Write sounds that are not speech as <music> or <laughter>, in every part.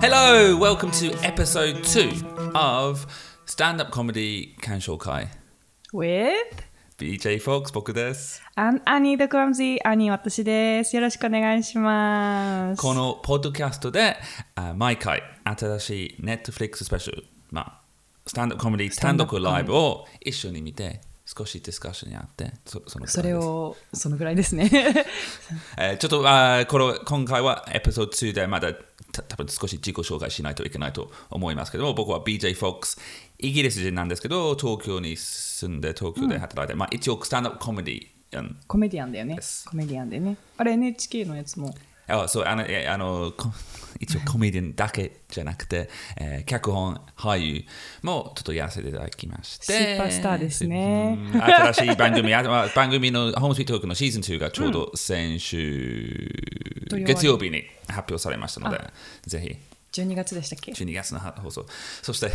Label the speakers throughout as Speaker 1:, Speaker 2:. Speaker 1: Hello, welcome to episode two of Stand Up Comedy Kanshokai.
Speaker 2: with
Speaker 1: BJ Fox 僕です。
Speaker 2: and アニー・ドクワムジー、アニー私です。よろしくお願いします。
Speaker 1: このポッドキャストであ毎回新しい Netflix スペシャル、まあ、スタンダップコメディ単独ライブを一緒に見て少しディスカッションやってそそのくらいです
Speaker 2: それをそのぐらいで
Speaker 1: <laughs>
Speaker 2: すね。
Speaker 1: えーちょっとあーこれ今回はエピソード2でまだた多分少し自己紹介しないといけないと思いますけども僕は BJ Fox イギリス人なんですけど東京に住んで東京で働いて、まあ、一応スタンダップコメディうん
Speaker 2: コメディアンだよね
Speaker 1: す。
Speaker 2: コメディアンでね。あれ NHK のやつも。
Speaker 1: あそうあのえあの <laughs> こ一応コメディアンだけじゃなくて、えー脚本俳優もちょっとやらせていただきまして
Speaker 2: スーパースターですね
Speaker 1: うん新 <laughs> しい番組あまあ番組の「ホームスイートーク」のシーズン2がちょうど先週、
Speaker 2: 土曜日
Speaker 1: 月曜日に発表されましたのでぜ
Speaker 2: 12月でし
Speaker 1: <laughs>
Speaker 2: たっけ
Speaker 1: ひ12月の放送そして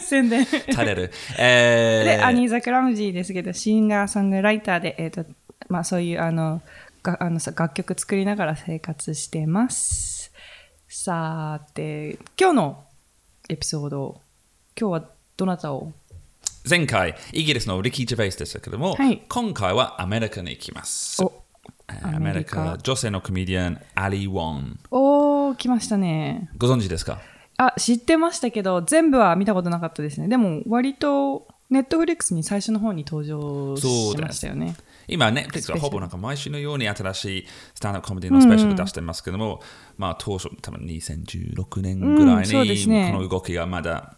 Speaker 2: 宣 <laughs> 伝。
Speaker 1: 垂れる、えー
Speaker 2: で、アニー・ザ・クラムジーですけど、シンガーソングライターで、えっ、と、まあそういうあの、があのさ楽曲作りながら生活してます。さーて、今日のエピソード、今日はどなたを
Speaker 1: 前回イギリスのリキー・ジェベイスでしたけども、
Speaker 2: はい
Speaker 1: 今回はアメリカに行きます
Speaker 2: お
Speaker 1: えーアメリカ
Speaker 2: アメリカ
Speaker 1: 女性のコメディアンアリ・ウォン
Speaker 2: おー、来ましたね。
Speaker 1: ご存知ですか
Speaker 2: あ、知ってましたけど、全部は見たことなかったですね。でも、割と、ネットフリックスに最初の方に登
Speaker 1: そ
Speaker 2: 場
Speaker 1: う
Speaker 2: し
Speaker 1: です
Speaker 2: ましたよね。
Speaker 1: 今、Netflix はほぼなんか毎週のように新しいスタンダップコメディのスペシャル出してますけども、まあ当初、多分2016年ぐら
Speaker 2: うんそう
Speaker 1: い
Speaker 2: です
Speaker 1: に、
Speaker 2: ね
Speaker 1: この動きがまだ、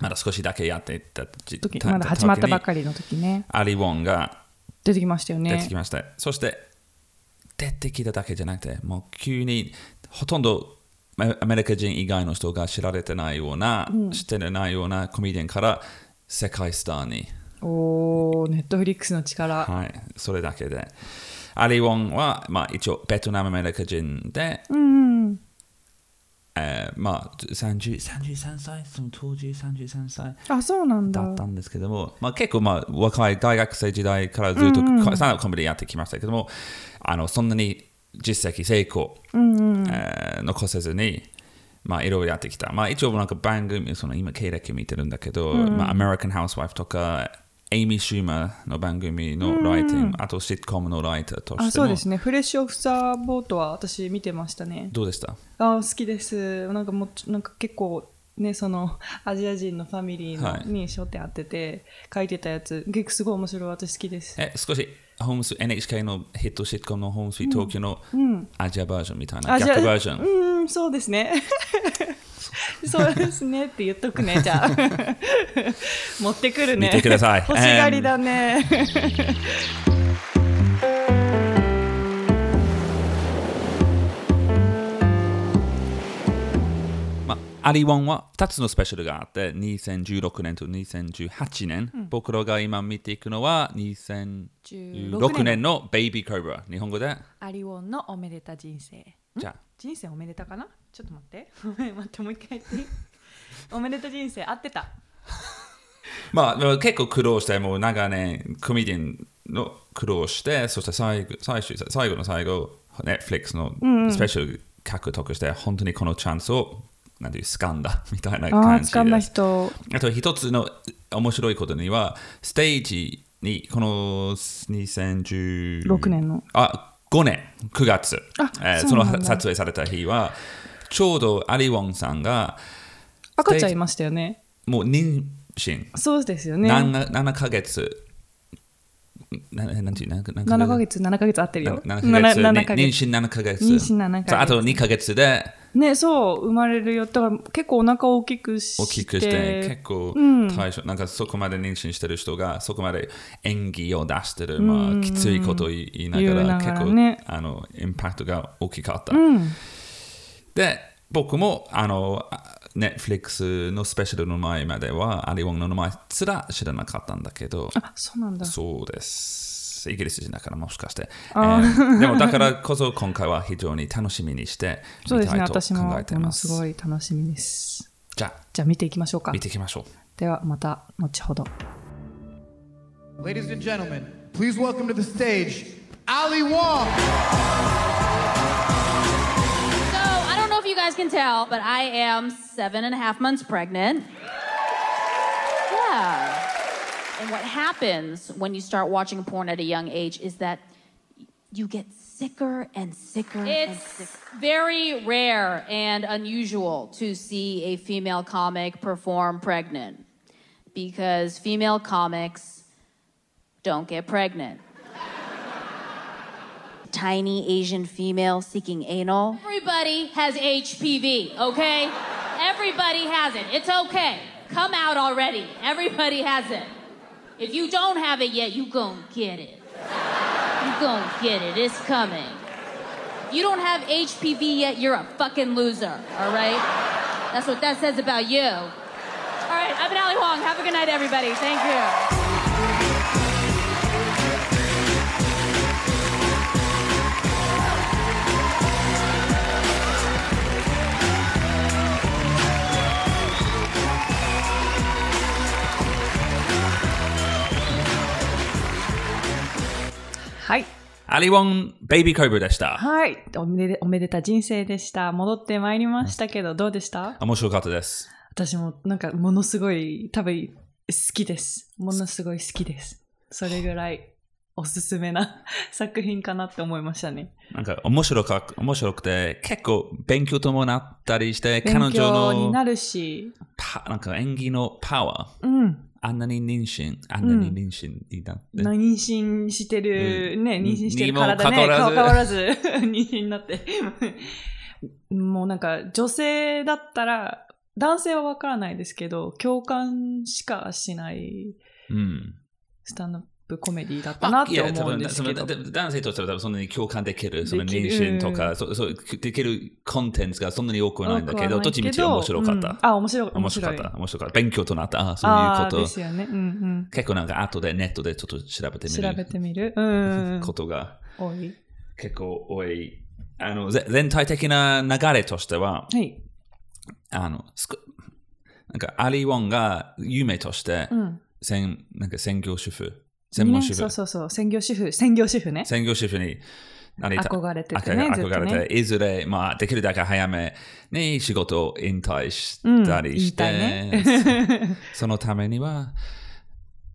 Speaker 1: まだ少しだけやっていた時
Speaker 2: 時まだ始まったばか
Speaker 1: り。
Speaker 2: りの時ね。
Speaker 1: アリ・ウォンが
Speaker 2: 出てきましたよ
Speaker 1: 出て
Speaker 2: ね
Speaker 1: き。ました。そして、出てきただけじゃなくて、もう急にほとんどまアメリカ人以外の人が知られてないような、知ってないようなコメディアンから世界スターに。
Speaker 2: おー、ネットフリックスの力。
Speaker 1: はい、それだけで。アリ・ウォンは、まあ、一応ベトナムアメリカ人で、
Speaker 2: うん。
Speaker 1: えーまあ、30 33歳、その当時33歳
Speaker 2: あ、そうなんだ。
Speaker 1: だったんですけども、まあ、結構、まあ、若い大学生時代からずっとスタンダップコメディやってきましたけども、あのそんなに実績、成功、えー残せずに、まあ、いろいろやってきた。まあ、一応、なんか番組、その今、経歴見てるんだけど、まあ、American Housewife とか、エイミー・シューマーの番組のライティング、あとシットコムのライターとしても
Speaker 2: あ、そうですね。フレッシュオフサーボートは私見てましたね。
Speaker 1: どうでした
Speaker 2: あ、好きです。なんかもうちょ、なんか結構、ね、そのアジア人のファミリーの、
Speaker 1: はい
Speaker 2: に焦点当てて書いてたやつ結構すごい面白い私好きです
Speaker 1: え少しホームス NHK のヒットシットコムのホームスイート東京のアジアバージョンみたいな、
Speaker 2: あじゃあ
Speaker 1: 逆バージョン。
Speaker 2: うーん、そうですね。 <laughs> そうですねって言っとくね、じゃあ。 <laughs> 持ってくるね。
Speaker 1: 見てください
Speaker 2: 欲しがりだね。
Speaker 1: まあ、アリワンは2つのスペシャルがあって2016年と2018年、僕らが今見ていくのは2016年の「ベイビー・コブラ」日本語で
Speaker 2: <laughs> アリウォンのおめでた人生。
Speaker 1: じゃ
Speaker 2: 人生おめでたかなちょっと待って。 <laughs> ごめん待って、もう一回言って。おめでた人生、合ってた。
Speaker 1: あまあでも結構苦労してもう長年コメディアンの苦労してそして最後最終最後の最後 Netflix のスペシャル獲得して、本当にこのチャンスをなんていう掴んだみたいな感じです
Speaker 2: 人。
Speaker 1: あと一つの面白いことには、ステージにこの2016
Speaker 2: 6年の
Speaker 1: あ5年9月
Speaker 2: あ
Speaker 1: えー
Speaker 2: そ
Speaker 1: そうの
Speaker 2: なんだ
Speaker 1: 撮影された日はちょうどアリ・ウォンさんが
Speaker 2: 赤ちゃんいましたよね。
Speaker 1: もう妊娠、
Speaker 2: そうですよね。
Speaker 1: 7, 7ヶ月ななんていうなんかなん
Speaker 2: 7ヶ月、7ヶ月合ってるよ。
Speaker 1: な7ヶ月
Speaker 2: な
Speaker 1: に
Speaker 2: なヶ月
Speaker 1: 妊娠7ヶ月
Speaker 2: 妊娠7ヶ月
Speaker 1: そうあと2ヶ月で
Speaker 2: ね、そう、生まれるよ。だから結構お腹を大きくして。
Speaker 1: 大きくして結構対象、なんかそこまで妊娠してる人がそこまで演技を出してる、まあ、きついことを言いなが
Speaker 2: 言い
Speaker 1: ら
Speaker 2: ながら
Speaker 1: 結構
Speaker 2: ね
Speaker 1: あのインパクトが大きかった、で僕もあのあ Netflix のスペシャルの前まではアリ・ウォンの名前すら知らなかったんだけど
Speaker 2: あ、そうなんだ。
Speaker 1: そうです。イギリス人だからもしかして。えーでもだからこそ今回は非常に楽しみにして
Speaker 2: そう
Speaker 1: み
Speaker 2: です
Speaker 1: た
Speaker 2: ね、
Speaker 1: いと考
Speaker 2: 私も
Speaker 1: えてい
Speaker 2: もの
Speaker 1: ますす。
Speaker 2: ごい楽しみです。
Speaker 1: じゃ
Speaker 2: じゃあ見ていきましょう
Speaker 1: あ
Speaker 2: か
Speaker 1: 見ていきましょう
Speaker 2: ではまた後ほど
Speaker 3: Ladies and gentlemen, please welcome to the stage Ali Wong.
Speaker 4: So I don't know if you guys can tell, but I am seven and a half months pregnant. Yeah. And what happens when you start watching porn at a young age is that
Speaker 5: you get sicker and sicker and sicker.
Speaker 4: it's very rare and unusual to see a female comic perform pregnant because female comics don't get pregnant.
Speaker 5: Tiny Asian female seeking anal.
Speaker 4: Everybody has HPV, okay? Everybody has it. It's okay. Come out already. Everybody has it. If you don't have it yet, you gonna get it. You gonna get it. It's coming. If you don't have HPV yet, you're a fucking loser, all right? That's what that says about you. All right, I've been Ali Wong. Have a good night, everybody. Thank you.
Speaker 2: はい
Speaker 1: アリウォンベイビーコーブでした
Speaker 2: はいおめでおめでた人生でした戻ってまいりましたけどどうでした
Speaker 1: 面白かったです
Speaker 2: 私もなんかものすごい多分好きですものすごい好きですそれぐらいおすすめな <laughs> 作品かなって思いましたね
Speaker 1: なんか面白か面白くて結構勉強ともなったりして彼
Speaker 2: 勉
Speaker 1: 女
Speaker 2: 強に
Speaker 1: の
Speaker 2: なるし
Speaker 1: パなんか演技のパワー
Speaker 2: うん
Speaker 1: あんなに妊娠あんなに妊娠になって、
Speaker 2: 妊娠してる、
Speaker 1: うん
Speaker 2: ね妊娠して
Speaker 1: に
Speaker 2: る
Speaker 1: も
Speaker 2: 体ね
Speaker 1: か
Speaker 2: か
Speaker 1: か
Speaker 2: か
Speaker 1: わ
Speaker 2: わ
Speaker 1: ら
Speaker 2: らず <laughs> 妊娠になってもうなんか女性だったら男性はわからないですけど共感しかしない
Speaker 1: うん
Speaker 2: スタンダップコメディだった
Speaker 1: ま
Speaker 2: な
Speaker 1: あ
Speaker 2: って思うんです
Speaker 1: い
Speaker 2: け
Speaker 1: や多
Speaker 2: ど
Speaker 1: 分そのだ男性としては多分そんなに共感できる、
Speaker 2: きる
Speaker 1: その妊娠とか、そうそうできるコンテンツがそんなに多くはないんだけど、
Speaker 2: 多くは
Speaker 1: どっちみち面白かっ
Speaker 2: うん
Speaker 1: た。
Speaker 2: あ、面白い。
Speaker 1: 面白かっ
Speaker 2: 面
Speaker 1: た。面白かった。勉強となった。あ
Speaker 2: 白あ
Speaker 1: あ
Speaker 2: ー
Speaker 1: そういう
Speaker 2: で
Speaker 1: こ
Speaker 2: す
Speaker 1: と。
Speaker 2: よね。うん
Speaker 1: 結構なんか後でネットでちょっと調べて
Speaker 2: うん。
Speaker 1: み
Speaker 2: 調
Speaker 1: る
Speaker 2: べてみる。うん。
Speaker 1: ことが
Speaker 2: 多い。
Speaker 1: 結構多い。あのぜ全体的な流れとしては、
Speaker 2: はい。
Speaker 1: あの、すくなんかアリー・ウォンが夢として、
Speaker 2: うん。
Speaker 1: 専なんか専業主婦、専門主婦
Speaker 2: ね、そうそうそう。専業主婦。専業主婦ね。
Speaker 1: 専業主婦になりた
Speaker 2: 憧れててね
Speaker 1: 憧れ
Speaker 2: ずっと
Speaker 1: て、いずれ、まあ、できるだけ早めに仕事を引退したりして、
Speaker 2: うん引
Speaker 1: そのためには、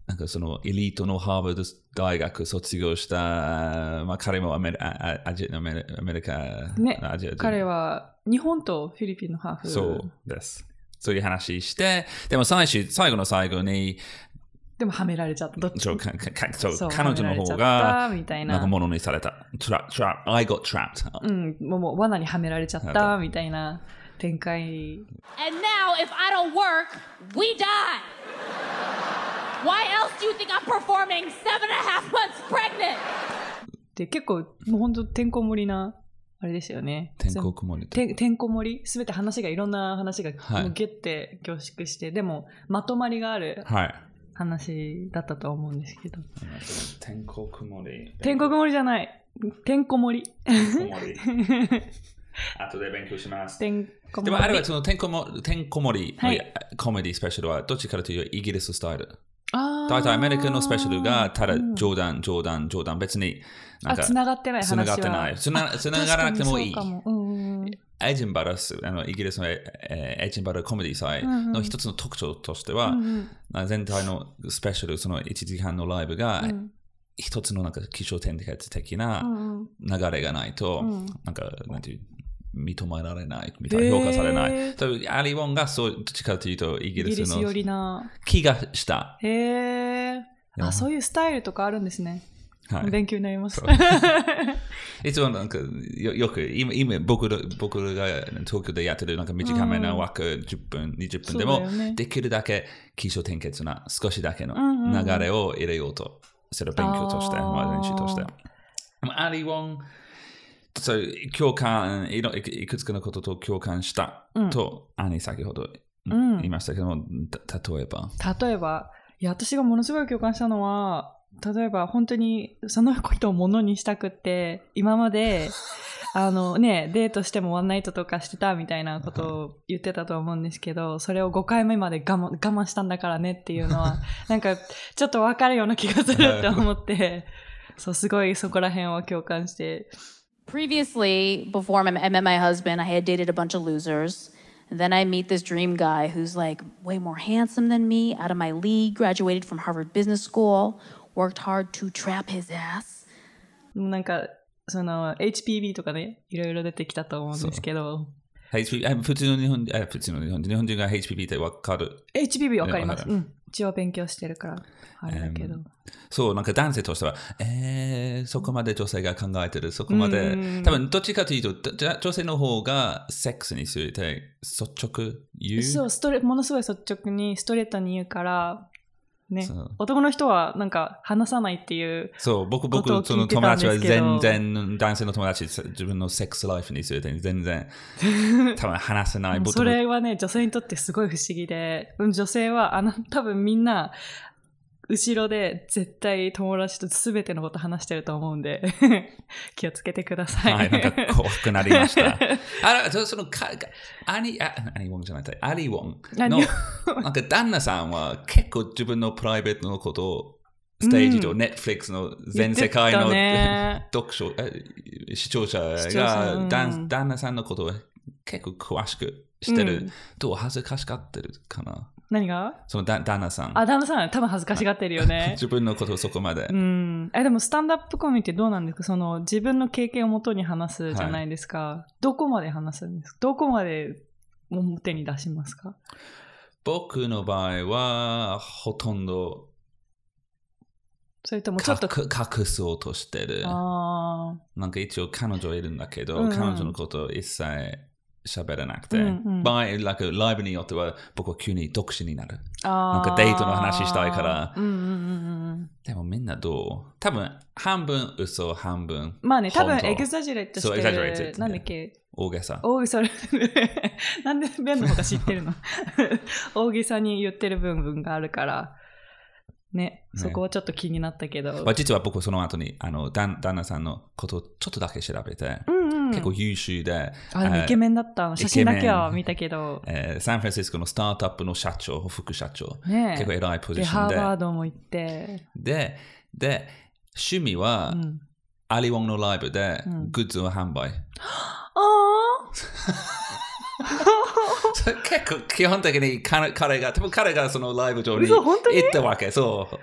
Speaker 1: なんかそのエリートのハーバード大学卒業した、まあ彼もアメリああアジアアメリアメリカ、
Speaker 2: ね
Speaker 1: アジア人
Speaker 2: 彼は日本とフィリピンのハーフ。
Speaker 1: そうです。そういう話して、でも最終最後の最後に、
Speaker 2: でもはめられちゃった。どっち
Speaker 1: そうかかかそう
Speaker 2: そう
Speaker 1: 彼女の方
Speaker 2: はめられちゃ
Speaker 1: が
Speaker 2: ったみたいな
Speaker 1: なんかものにされた。トラトラ I got trapped.
Speaker 2: うん。もうもう罠にはめられちゃっ
Speaker 1: な
Speaker 2: たみたいな展開。
Speaker 4: And now, if I don't work, we die. Why else do you think I'm performing seven and a half months pregnant?
Speaker 2: で、結構、もう本当てんこ盛りな、あれですよね。
Speaker 1: 天候曇りと
Speaker 2: ててんこ盛りすべて話がいろんな話が
Speaker 1: はい
Speaker 2: もうギュッて凝縮して、でもまとまりがある
Speaker 1: はい。
Speaker 2: 話だったと思うんですけど
Speaker 1: 天候曇り。
Speaker 2: てんこ盛りじゃないてんこ盛り
Speaker 1: 曇り。後で勉強します。
Speaker 2: てんこ盛
Speaker 1: <laughs>
Speaker 2: り
Speaker 1: でもあれはその天候もてんこ盛りの
Speaker 2: はい
Speaker 1: やコメディスペシャルはどっちからというとイギリススタイル。
Speaker 2: あー
Speaker 1: 大体アメリカのスペシャルがただ
Speaker 2: うん
Speaker 1: 冗談、冗談、冗談。別になん
Speaker 2: あ
Speaker 1: か
Speaker 2: つながってない話
Speaker 1: 繋
Speaker 2: は
Speaker 1: がってない。つなつな
Speaker 2: 確
Speaker 1: がらな
Speaker 2: かに
Speaker 1: くてもいい。
Speaker 2: そうかもうんうんうん
Speaker 1: エジンバラス、あのイギリスのええエジンバラコメディ祭の一つの特徴としては、あ全体のスペシャル、その1時間のライブが、一つのなんか気象点的な流れがないと、なんか、なんていう、認められないみたいな、
Speaker 2: へー
Speaker 1: 評価されない。多分アリウォンがそう、どっちかというとイギ
Speaker 2: イギ
Speaker 1: リ
Speaker 2: リ
Speaker 1: ス
Speaker 2: ス
Speaker 1: の
Speaker 2: 寄りな
Speaker 1: 気がした。
Speaker 2: へえ
Speaker 1: でも
Speaker 2: あそういうスタイルとかあるんですね
Speaker 1: はい
Speaker 2: 勉強になります
Speaker 1: そういつもなんかよよく今今僕ら僕らが東京でやってるなんか短めな枠10分、20分でも、
Speaker 2: そうだよね
Speaker 1: できるだけ気象転結な少しだけの
Speaker 2: んうんうん
Speaker 1: 流れを入れようとする勉強として、
Speaker 2: あー
Speaker 1: まあ練習として。まあアリウォンそう共感いろいいくつかのことと共感したと、アニ先ほど
Speaker 2: うん
Speaker 1: 言いましたけども、た例えば。
Speaker 2: 例えばいや私がものすごい共感したのは例えば本当にその人をものにしたくって、今まで、あのね、デートしてもワンナイトとかしてたみたいなことを言ってたと思うんですけど、それを5回目まで我慢我慢したんだからねっていうのは、なんかちょっとわかるような気がするって思って、そう、すごいそこら辺は共感して、
Speaker 4: Previously, before I met I met my husband, I had dated a bunch of losers. And then I meet this dream guy who's like way more handsome than me, out of my league, graduated from Harvard Business School, worked hard to trap his ass.
Speaker 2: なんか、その HPV とかね、いろいろ出てきたと思うんですけど、
Speaker 1: HPV あ普通の日本人、あ普通の日本人、日本人が HPV ってわかる。
Speaker 2: HPV わかります。
Speaker 1: ね
Speaker 2: う
Speaker 1: わ
Speaker 2: ん。一応勉強してるから、あれだけど。
Speaker 1: そう、なんか男性としては、えー、そこまで女性が考えてる、そこまで、
Speaker 2: うん
Speaker 1: 多分どっちかというと、じゃ女性の方がセックスについて率直言う。
Speaker 2: そう、ストレものすごい率直にストレートに言うから、ね
Speaker 1: そう、
Speaker 2: 男の人はなんか話さないっていう、
Speaker 1: そう僕、
Speaker 2: ことを
Speaker 1: 僕、そ
Speaker 2: 聞い
Speaker 1: の
Speaker 2: て
Speaker 1: 友
Speaker 2: たんで
Speaker 1: 達は
Speaker 2: すけ
Speaker 1: 全
Speaker 2: ど
Speaker 1: 然、男性の友達、自分のセックスライフについて全
Speaker 2: <laughs>
Speaker 1: 然、多分話せない。
Speaker 2: もう
Speaker 1: 僕
Speaker 2: それはね、女性にとってすごい不思議で、うん女性は、あの、多分みんな、後ろで絶対友達と全てのこと話してると思う
Speaker 1: <laughs>
Speaker 2: んで、気をつけてください。
Speaker 1: はい、なんか怖くなりました。あら、そそのか、かアニ、あアニウォンじゃない、アリウォンの
Speaker 2: アニ、
Speaker 1: なんか旦那さんは結構自分のプライベートのことを、ステージ上、ネットフリックスの全世界
Speaker 2: 言っ
Speaker 1: の、
Speaker 2: てたね
Speaker 1: 読書、え視聴者
Speaker 2: 視聴
Speaker 1: が
Speaker 2: 者うん
Speaker 1: 旦旦那さんのことを結構詳しくして
Speaker 2: う
Speaker 1: る
Speaker 2: ん
Speaker 1: と恥ずかしがってるかな。
Speaker 2: <laughs> 何が
Speaker 1: その旦旦那さん。 <laughs>
Speaker 2: あ、旦那さん、多分恥ずかしがってるよね。
Speaker 1: 自分のことをそこまで。
Speaker 2: うん、えでもスタンダップコメディってどうなんですかその自分の経験をもとに話すじゃないですか、どこまで話すんですかどこまで表に出しますか
Speaker 1: 僕の場合は、ほとんど
Speaker 2: それともちょっと
Speaker 1: 隠隠そうとしてる。
Speaker 2: あ
Speaker 1: なんか一応彼女いるんだけど、
Speaker 2: うんうん
Speaker 1: 彼女のことを一切喋らなくて、
Speaker 2: うんうん
Speaker 1: 場合なんかライブによっては僕は急に独身になる。
Speaker 2: ーあー
Speaker 1: なんかデートの話したいから
Speaker 2: うんうんうんうん
Speaker 1: でもみんなどう多分半分嘘、半分。
Speaker 2: まあね多分
Speaker 1: 本当
Speaker 2: エグザジュレットして
Speaker 1: そう exaggerated
Speaker 2: るなんだっけ
Speaker 1: 大げさ。
Speaker 2: 大げさ <laughs> なんでベンの方が知ってるの <laughs> 大げさに言ってる部分があるからねそこはちょっと気になったけど、
Speaker 1: まあ、実は僕はその後にあの旦旦那さんのことをちょっとだけ調べて、
Speaker 2: うんうん
Speaker 1: 結構優秀で、
Speaker 2: あでも
Speaker 1: えー
Speaker 2: イケメンだった写真だけは
Speaker 1: イケメン
Speaker 2: 見たけど
Speaker 1: えーサンフランシスコのスタートアップの社長、副社長、
Speaker 2: ねえ
Speaker 1: 結構偉いポジ
Speaker 2: で
Speaker 1: ショ
Speaker 2: ハ
Speaker 1: ン
Speaker 2: ー
Speaker 1: で、
Speaker 2: バードも行って、
Speaker 1: で、で、趣味は、
Speaker 2: うん、
Speaker 1: アリウォンのライブでグッズを販売。
Speaker 2: ああ
Speaker 1: それ結構基本的に彼彼が、多分彼がそのライブ上に
Speaker 2: 嘘
Speaker 1: 行
Speaker 2: 本当に
Speaker 1: ったわけ。そう。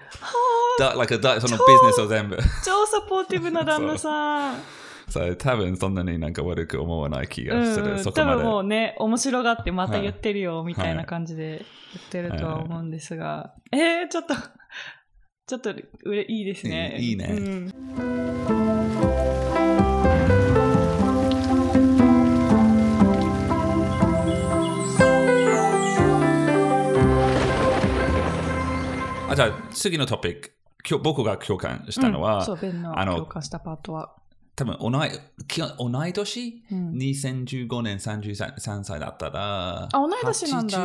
Speaker 1: だ like a- だそのビジネスを全部。 <laughs>
Speaker 2: 超サポーティブな旦那さん
Speaker 1: そう多分そんなになんか悪く思わない気がする。
Speaker 2: うん、多
Speaker 1: そこまで
Speaker 2: 分。もうね面白がってまた言ってるよみたいな感じで言ってるとは思うんですが、えー、ちょっと <laughs> ちょっとうれいいですね
Speaker 1: いいいいね
Speaker 2: うん
Speaker 1: あじゃあ次のトピック。今日僕が共感したの
Speaker 2: う
Speaker 1: は、
Speaker 2: んそうベンの
Speaker 1: あ
Speaker 2: 強
Speaker 1: の、
Speaker 2: 化したパートは
Speaker 1: 多分同いき同い年、
Speaker 2: うん
Speaker 1: 2015年33歳だったら。あ
Speaker 2: 同い年なんだ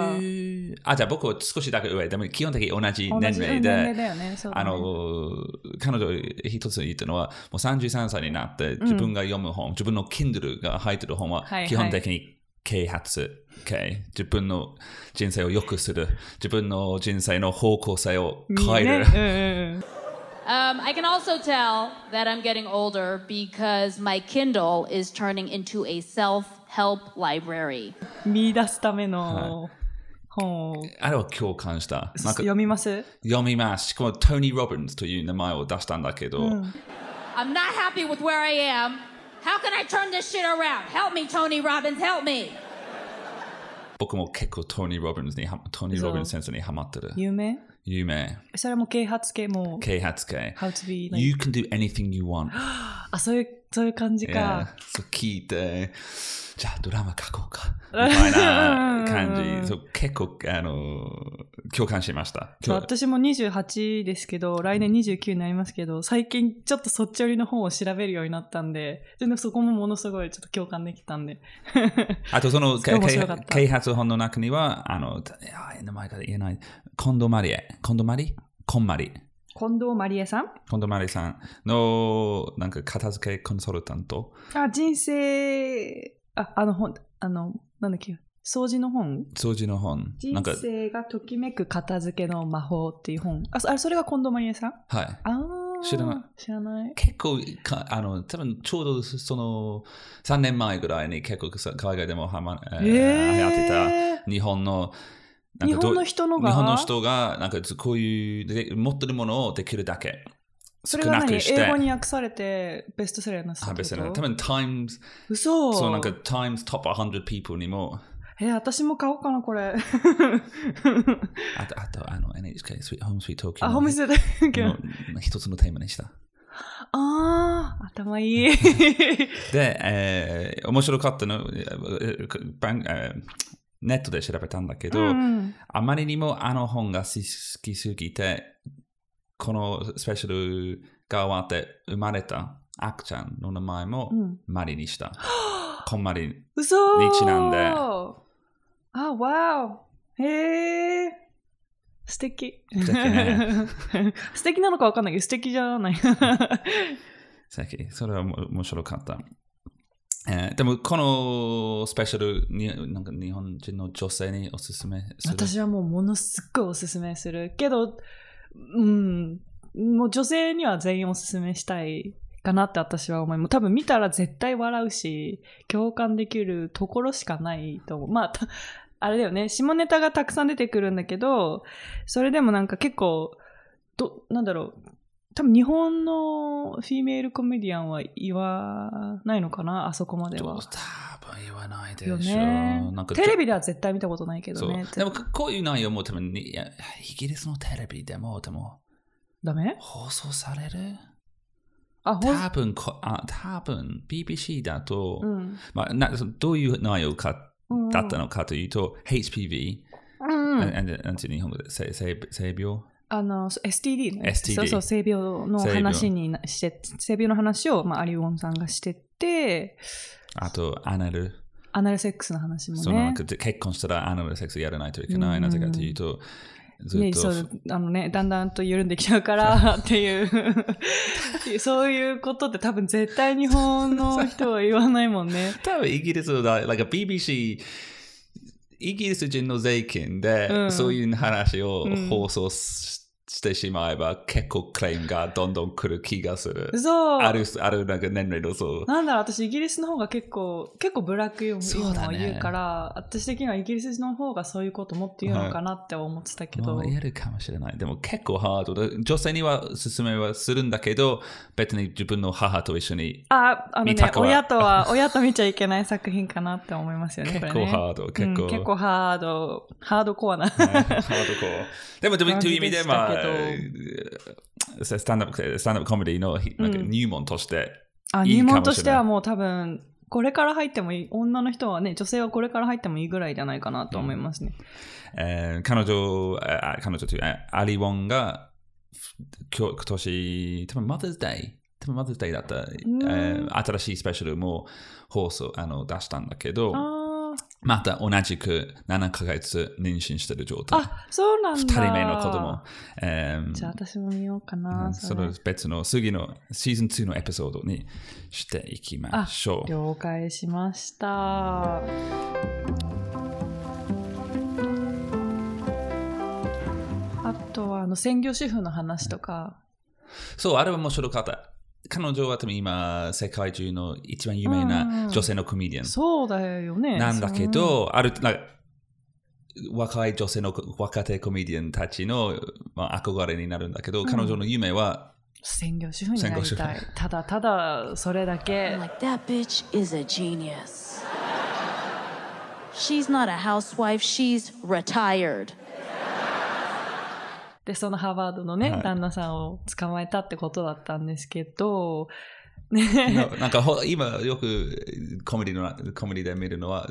Speaker 1: あ、じゃあ僕は少しだけ上。でも基本的に同じ
Speaker 2: 同
Speaker 1: 年
Speaker 2: じう
Speaker 1: 齢
Speaker 2: ん
Speaker 1: で。
Speaker 2: 年齢だよねそうだね
Speaker 1: あの、彼女一つ言ったのは、もう33歳になって、自分が読む本、自分の Kindle が入ってる本は
Speaker 2: はいはい、
Speaker 1: 基本的に啓発系、自分の人生を良くする、自分の人生の方向性を変える。
Speaker 2: ね
Speaker 4: Um, I can also tell that I'm getting older because my Kindle is turning into a self help library.
Speaker 2: うんうん、見出すための本を
Speaker 1: あれは共感した。なんか
Speaker 2: 読みます
Speaker 1: 読みます。しかもトニー・ロビンズという名前を出したんだけど、
Speaker 4: I'm not happy with where I am. How can I turn this shit around? Help me, Tony Robbins, help me.
Speaker 1: 僕も結構トニー・ロビンズにハマ、トニー・
Speaker 2: そう
Speaker 1: ロビンズ先生にハマってる。
Speaker 2: 有名
Speaker 1: 有名、
Speaker 2: それも啓発系も
Speaker 1: 啓発系。
Speaker 2: How to be like-
Speaker 1: You can do anything you
Speaker 2: <gasps>
Speaker 1: want.
Speaker 2: あそういうそういう感じか、
Speaker 1: そう聞いて、じゃあドラマ書こうか。みたい
Speaker 2: <laughs>
Speaker 1: な感じ。そう結構、あの、共感しました。
Speaker 2: そう
Speaker 1: 今日
Speaker 2: 私も28ですけど来年29になりますけど最近ちょっとそっち寄りの本を調べるようになったんで全然そこもものすごいちょっと共感できたん <laughs> で
Speaker 1: あとその、
Speaker 2: すごい面白かった
Speaker 1: 啓発本の中には、あの、たいや名前が言えない。コンドマリエ。コンドマリコンマリ。
Speaker 2: 近藤マリエさん
Speaker 1: 近藤マリさんのなんか片付けコンサルタント。
Speaker 2: あ、人生、あ、あの本、あの、なんだっけ、掃除の本
Speaker 1: 掃除の本。
Speaker 2: 人
Speaker 1: なんか、
Speaker 2: 生がときめく片付けの魔法っていう本。あ、そあそれが近藤マリエさん
Speaker 1: はい。
Speaker 2: あー
Speaker 1: 知らな
Speaker 2: 知らない。
Speaker 1: 結構か、あの、多分ちょうどその3年前ぐらいに結構さ海外でもはま、えー
Speaker 2: えー
Speaker 1: 流行ってた日本のなんかど
Speaker 2: 日本の人のが
Speaker 1: 日本の人がなんかこういうで持ってるものをできるだけ
Speaker 2: そ
Speaker 1: 少
Speaker 2: れが
Speaker 1: な
Speaker 2: 何
Speaker 1: くして。
Speaker 2: 英語に訳されてベストセラーになった
Speaker 1: あ
Speaker 2: ってこ
Speaker 1: 別
Speaker 2: と
Speaker 1: に多分 Times、
Speaker 2: 嘘
Speaker 1: そうなんか Times Top 100 People にも、
Speaker 2: えー私も買おうかな、
Speaker 1: <laughs>
Speaker 2: こ
Speaker 1: あ
Speaker 2: れ。
Speaker 1: と、あとあの NHK Sweet Home Sweet Tokyo
Speaker 2: あ、ホームセンター。
Speaker 1: の一つのテーマでした。
Speaker 2: あー、頭いい。 <laughs>
Speaker 1: で、えー面白かったの、えー番えーネットで調べたんだけど、
Speaker 2: うん
Speaker 1: あまりにもあの本が好きすぎて、このスペシャルが終わって生まれたアクちゃんの名前も
Speaker 2: うん
Speaker 1: マリにした。
Speaker 2: <gasps>
Speaker 1: こんまり。
Speaker 2: 嘘
Speaker 1: にちなんで
Speaker 2: あ、わお。へえ。素敵。
Speaker 1: 素敵ね
Speaker 2: <laughs> 素敵なのかわかんないけど、素敵じゃない。
Speaker 1: さっきそれはも面白かった。えーでもこのスペシャルになんか日本人の女性におすすめする。
Speaker 2: 私はもうものすっごいおすすめするけど、うん、もう女性には全員おすすめしたいかなって私は思いもう多分見たら絶対笑うし共感できるところしかないと思うまあたあれだよね下ネタがたくさん出てくるんだけどそれでもなんか結構どなんだろう多分日本のフィメールコメディアンは言わないのかなあそこまで
Speaker 1: ど
Speaker 2: は
Speaker 1: う。多分言わないでしょ
Speaker 2: よ。ね
Speaker 1: なん。か
Speaker 2: テレビでは絶対見たことないけ
Speaker 1: そ
Speaker 2: ど
Speaker 1: う
Speaker 2: ね。
Speaker 1: でもこういう内容も多分にいやイギリスのテレビでもでも
Speaker 2: ダメ
Speaker 1: 放送される
Speaker 2: あ、ほん
Speaker 1: 多分こあ多分 BBC だと、
Speaker 2: うん。
Speaker 1: まあ、なそのどういう内容か
Speaker 2: うんうん
Speaker 1: だったのかというと、HPV、
Speaker 2: うんうん
Speaker 1: ななんて日本語で性性性病
Speaker 2: あの、そう STD ね。
Speaker 1: STD
Speaker 2: そうそう、性病の話になして、性病の話を、まあ、アリウォンさんがしてて、
Speaker 1: あとアナル、
Speaker 2: アナルセックスの話も
Speaker 1: そのなん
Speaker 2: ね
Speaker 1: か。で結婚したらアナルセックスやらないといけない、
Speaker 2: うん
Speaker 1: なぜかというとずっ
Speaker 2: ね、
Speaker 1: と、
Speaker 2: そうあのね、だんだんと緩んできちゃうからっていうっていう、 <laughs> そういうことって多分絶対日本の人は言わないもんね。
Speaker 1: 多分イギリスだ、like BBC イギリス人の税金で、
Speaker 2: うん
Speaker 1: そういう話を
Speaker 2: うん
Speaker 1: 放送し,、てしまえば結構クレームがどんどん来る気がする。
Speaker 2: 嘘
Speaker 1: あるあるなんか年齢のそう。
Speaker 2: なんだろう私イギリスの方が結構結構ブラックユ
Speaker 1: そ
Speaker 2: ー
Speaker 1: う
Speaker 2: モア
Speaker 1: だ
Speaker 2: を
Speaker 1: ね
Speaker 2: 言うから私的にはイギリスの方がそういうこともっていうのかなって思ってたけど、
Speaker 1: まあやるかもしれない。でも結構ハードで、女性には勧めはするんだけど、別に自分の母と一緒
Speaker 2: <laughs>
Speaker 1: に
Speaker 2: あ、あの
Speaker 1: 見た
Speaker 2: ね、
Speaker 1: くは
Speaker 2: 親とは、 <laughs> 親と見ちゃいけない作品かなって思いますよね、
Speaker 1: 結
Speaker 2: これ
Speaker 1: 構
Speaker 2: ね。
Speaker 1: ハード、結
Speaker 2: う
Speaker 1: 構。
Speaker 2: ん結構ハード、ハードコアな。 <laughs>
Speaker 1: ハードコア。でも、でも
Speaker 2: 感
Speaker 1: という
Speaker 2: じ
Speaker 1: 意味で、
Speaker 2: でした
Speaker 1: まあ、
Speaker 2: けど
Speaker 1: えースタンダップ、スタンダップコメディのなんか
Speaker 2: うん
Speaker 1: 入門として、いいかも
Speaker 2: あ、入
Speaker 1: しれない
Speaker 2: 門としてはもう多分、これから入ってもいい、女の人はね、女性はこれから入ってもいいぐらいじゃないかなと思いますね。
Speaker 1: えー彼女、ああ彼女という、あアリウォンが、今日、今年、多分 Mother's Day、多分 Mother's Day だった、
Speaker 2: ん
Speaker 1: えー新しいスペシャルも放送、あの、出したんだけど、
Speaker 2: あ
Speaker 1: また同じく7ヶ月妊娠してる状
Speaker 2: あ、
Speaker 1: 態。
Speaker 2: あ、そうなんだ。
Speaker 1: 二人目の子供。。えー
Speaker 2: じゃあ私も見ようか
Speaker 1: う
Speaker 2: な。
Speaker 1: ん
Speaker 2: そ
Speaker 1: そ
Speaker 2: れ
Speaker 1: れ別の次のシーズン2のエピソードにしていきましょう。
Speaker 2: 了解しました。あとは、あの、専業主婦の話とか。
Speaker 1: そう、あれは面白かった。彼女は多分今、世界中の一番有名な女性のコメディアン。
Speaker 2: そうだよね。
Speaker 1: <laughs> なんだけど、ある、なんか若い女性の若手コメディアンたちの、まあ、憧れになるんだけど、彼女の夢
Speaker 2: <laughs>
Speaker 1: は、
Speaker 2: その専業主婦になり
Speaker 1: 専業
Speaker 2: たい
Speaker 1: 主。
Speaker 2: ただただそれだけ
Speaker 5: I'm。like, that bitch is a genius. She's not a housewife, she's retired.
Speaker 2: で、そのハーバードのね、
Speaker 1: はい
Speaker 2: 旦那さんを捕まえたってことだったんですけど、
Speaker 1: な
Speaker 2: ね、
Speaker 1: なんかほ今よくコメディのなコメディで見るのは、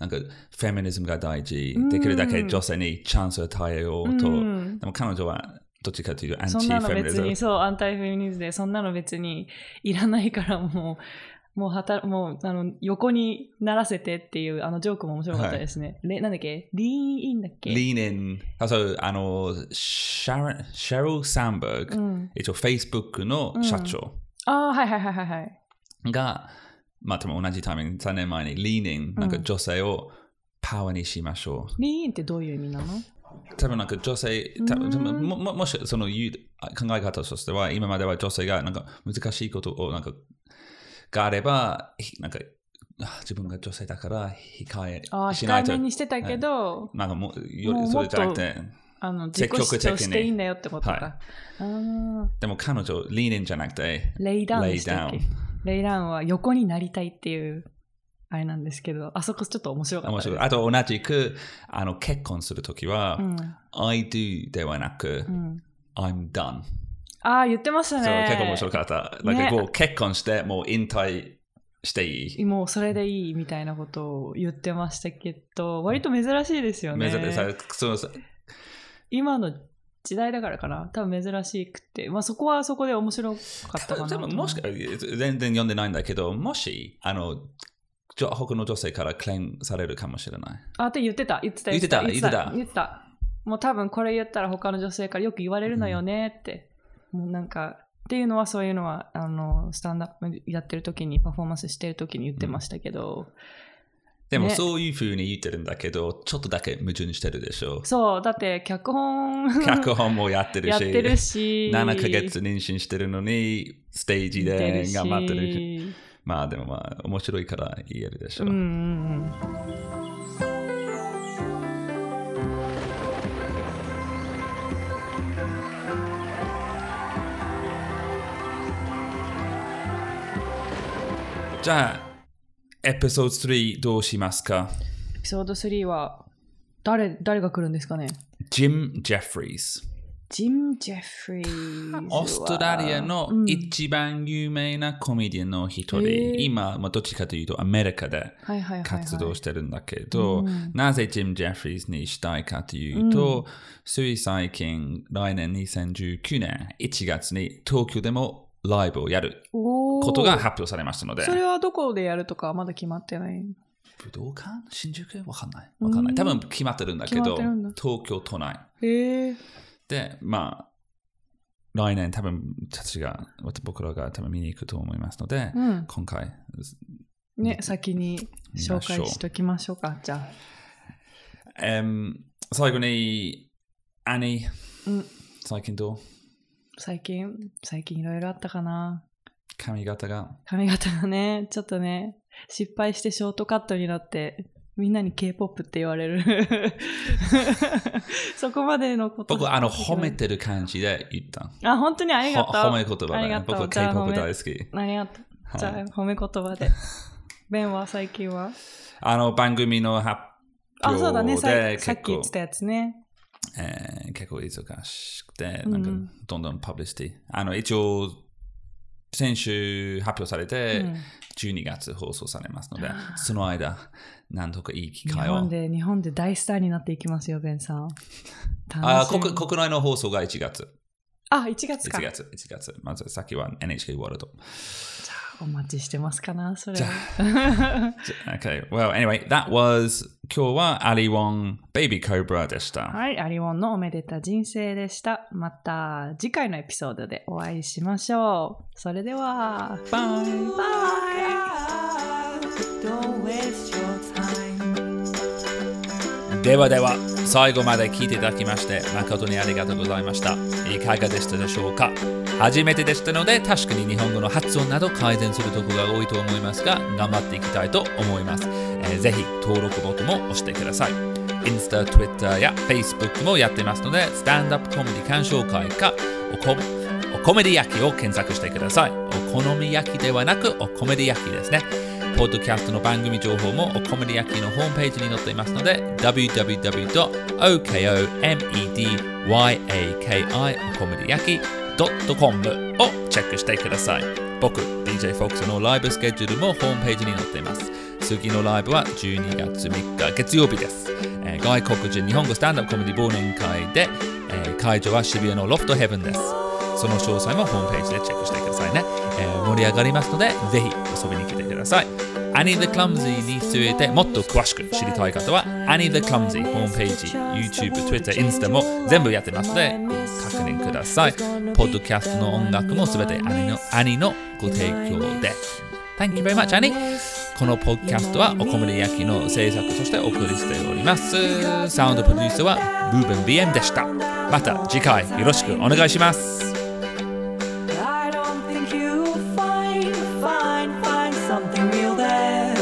Speaker 1: なんかフェミニズムが大事、できるだけ女性にチャンスを与えようと、
Speaker 2: うん
Speaker 1: でも彼女はどっちかというとアンチ
Speaker 2: そ
Speaker 1: フ
Speaker 2: んな
Speaker 1: ェ
Speaker 2: の
Speaker 1: ミニ
Speaker 2: 別
Speaker 1: ズム
Speaker 2: に、。そう、アンタイフェミニズムで、そんなの別にいらないからもう、 <laughs> もうはた、もう、あの、横にならせてっていう、あの、ジョークも面白かったですね。れなんだっけリーンだっけ
Speaker 1: Lean in あそうあのシャロンシャロサンバーグ、一応 Facebook の社長
Speaker 2: ああ、はいはいはいはいはい。
Speaker 1: が、まあ多分同じタイミング3年前に Lean in なんか女性をパワーにしましょう、
Speaker 2: リーンってどういう意味なの
Speaker 1: 多分なんか女性多分多分もももしその言う考え方としては今までは女性がなんか難しいことをなんかがあればひなんかあ自分が女性だから控
Speaker 2: ああ、
Speaker 1: えしない
Speaker 2: 控え
Speaker 1: と
Speaker 2: めにしてたけど、
Speaker 1: なんかもうよ
Speaker 2: もう
Speaker 1: それじゃなくて
Speaker 2: あの、自
Speaker 1: 積
Speaker 2: 己
Speaker 1: 極
Speaker 2: 主
Speaker 1: 的に
Speaker 2: 張していいんだよってことか。
Speaker 1: はい
Speaker 2: あー
Speaker 1: でも彼女 Lean in じゃなくて
Speaker 2: レイダウン
Speaker 1: lay
Speaker 2: でしたっけ
Speaker 1: down
Speaker 2: レイダウンは横になりたいっていう、あれなんですけど、あそこちょっと面白かった
Speaker 1: 面
Speaker 2: です
Speaker 1: 白い。あと同じく、あの、結婚するときは、I do ではなく、I'm done。
Speaker 2: ああ、言ってました
Speaker 1: そう、
Speaker 2: ね。
Speaker 1: 結構面白かった。なんかこう、結婚して、もう引退していい。
Speaker 2: もうそれでいいみたいなことを言ってましたけど、割と珍しいですよね
Speaker 1: 目。指さそうそう
Speaker 2: 今の時代だからかな。多分珍しくて。まあそこはそこで面白かったかな
Speaker 1: 多
Speaker 2: と
Speaker 1: 分
Speaker 2: 思う。
Speaker 1: もしか全然読んでないんだけど、もし、あの、じょ他の女性からクレームされるかもしれない。
Speaker 2: あ、って言ってた。言ってた。
Speaker 1: 言ってた
Speaker 2: 言ってた。もう多分これ言ったら他の女性からよく言われるのよねって。もうなんか、っていうのはそういうのは、あの、スタンダップやってる時に、パフォーマンスしてる時に言ってましたけど、
Speaker 1: でも、
Speaker 2: ね
Speaker 1: そういうふうに言ってるんだけど、ちょっとだけ矛盾してるでしょ。
Speaker 2: そう、だって
Speaker 1: <laughs>
Speaker 2: 脚本
Speaker 1: 脚本もやってるし、
Speaker 2: やってるし、
Speaker 1: 7ヶ月妊娠してるのに、ステージ
Speaker 2: やって
Speaker 1: で
Speaker 2: るし
Speaker 1: 頑張ってる。まあでもまあ面白いから言えるでしょう。
Speaker 2: うんうんうん。
Speaker 1: じゃあ、エピソード3どうしますか
Speaker 2: エピソード3は、誰、誰が来るんですかね
Speaker 1: ジム・ジェフリーズ。
Speaker 2: ジム・ジェフリーズは。
Speaker 1: オーストラリアの一番有名なコメディアンの一人。
Speaker 2: へえ
Speaker 1: 今、まあ、どっちかというとアメリカで
Speaker 2: はいはいはいはい
Speaker 1: 活動してるんだけど、なぜジム・ジェフリーズにしたいかというと、つい最近、来年2019年1月に東京でもライブをやる
Speaker 2: おー
Speaker 1: ことが発表されましたので。
Speaker 2: それはどこでやるとかはまだ決まってない。
Speaker 1: 武道館新宿わかんない。わかんない。多分決まってるんだけ
Speaker 2: 決ま
Speaker 1: ど
Speaker 2: ってるんだ、
Speaker 1: 東京都内。
Speaker 2: へえ。
Speaker 1: で、まあ、来年多分、私が、僕らが多分見に行くと思いますので、
Speaker 2: うん
Speaker 1: 今回、
Speaker 2: ね、先に紹介しときましょうか。じゃ
Speaker 1: えー最後に、アニ、
Speaker 2: うん
Speaker 1: 最近どう
Speaker 2: あ、最近、最近いろいろあったかな。
Speaker 1: 髪型が。
Speaker 2: 髪型がね、ちょっとね、失敗してショートカットになって、みんなに K-POP って言われる。 <laughs> そこまでのこと。
Speaker 1: 僕、あの、褒めてる感じで言った。
Speaker 2: あ、本当にありがとう。
Speaker 1: ほ褒め言葉
Speaker 2: あり
Speaker 1: だ
Speaker 2: が
Speaker 1: ね。
Speaker 2: とう
Speaker 1: 僕、
Speaker 2: じゃあ
Speaker 1: K-POP
Speaker 2: 褒め
Speaker 1: 大好き。
Speaker 2: ありがとう。じゃあ、
Speaker 1: はい
Speaker 2: 褒め言葉で。ベンは最近は
Speaker 1: あの、番組の発
Speaker 2: あ、そうだね。
Speaker 1: 表
Speaker 2: さ
Speaker 1: で
Speaker 2: いさ
Speaker 1: 結
Speaker 2: っき言
Speaker 1: 構
Speaker 2: ってたやつね。
Speaker 1: えー結構忙しくて、なんかどんどんパブリシティ。あの一応、先週発表されて、12月放送されますので、その間、なんとかいい機
Speaker 2: 日
Speaker 1: 会
Speaker 2: 本
Speaker 1: を。
Speaker 2: で、日本で大スターになっていきますよ、ベンさん。
Speaker 1: あ
Speaker 2: 楽しみ
Speaker 1: 国国内の放送が1月。
Speaker 2: あ、1月か
Speaker 1: 1。月、1月。まず先は NHK ワールド。
Speaker 2: お待ちしてますかな、それは。
Speaker 1: Okay, well, anyway, that was 今日はアリウォン、ベイビーコブラでした。
Speaker 2: はい、アリオンのおめでた人生でした。また次回のエピソードでお会いしましょう。それでは、バイバイ
Speaker 6: Don't waste your time.
Speaker 1: ではでは最後まで聞いていただきまして誠にありがとうございましたいかがでしたでしょうか初めてでしたので確かに日本語の発音など改善するところが多いと思いますが頑張っていきたいと思います、えーぜひ登録ボタンも押してくださいインスタ、ツイッターや Facebook もやってますのでスタンダップコメディ鑑賞会かおこおコメディ焼きを検索してくださいお好み焼きではなくおコメディ焼きですねポッドキャストの番組情報もおコメディアキのホームページに載っていますので www.okomediaki おコメディアキ .com をチェックしてください僕 DJ フォックスのライブスケジュールもホームページに載っています次のライブは12月3日月曜日です、えー外国人日本語スタンダップコメディ忘年会で、えー会場は渋谷のロフトヘブンですその詳細もホームページでチェックしてくださいね。えー盛り上がりますので、ぜひ遊びに来てください。Annie the Clumsy についてもっと詳しく知りたい方は、Annie the Clumsy ホームページ、YouTube、Twitter、Insta も全部やってますので、確認ください。ポッドキャストの音楽もすべて Annie の Annie のご提供で。Thank you very much, Annie! このポッドキャストはお好み焼きの制作としてお送りしております。サウンドプロデュースはブーベン BM でした。また次回よろしくお願いします。
Speaker 2: I don't think you'll find, find, find something real there.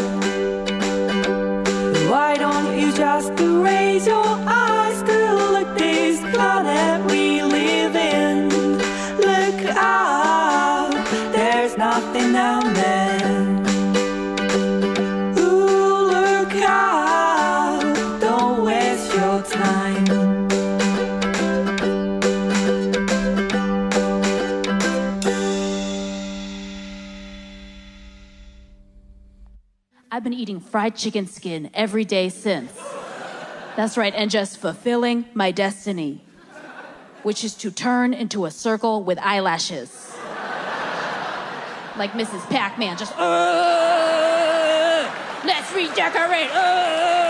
Speaker 2: Why don't you just raise your eyes to look this planet we live in? Look up, there's nothing down there. Ooh, look up, don't waste your time.
Speaker 4: I've been eating fried chicken skin every day since. That's right, and just fulfilling my destiny, which is to turn into a circle with eyelashes. Like Mrs. Pac Man, just, "Ugh! let's redecorate. Ugh!"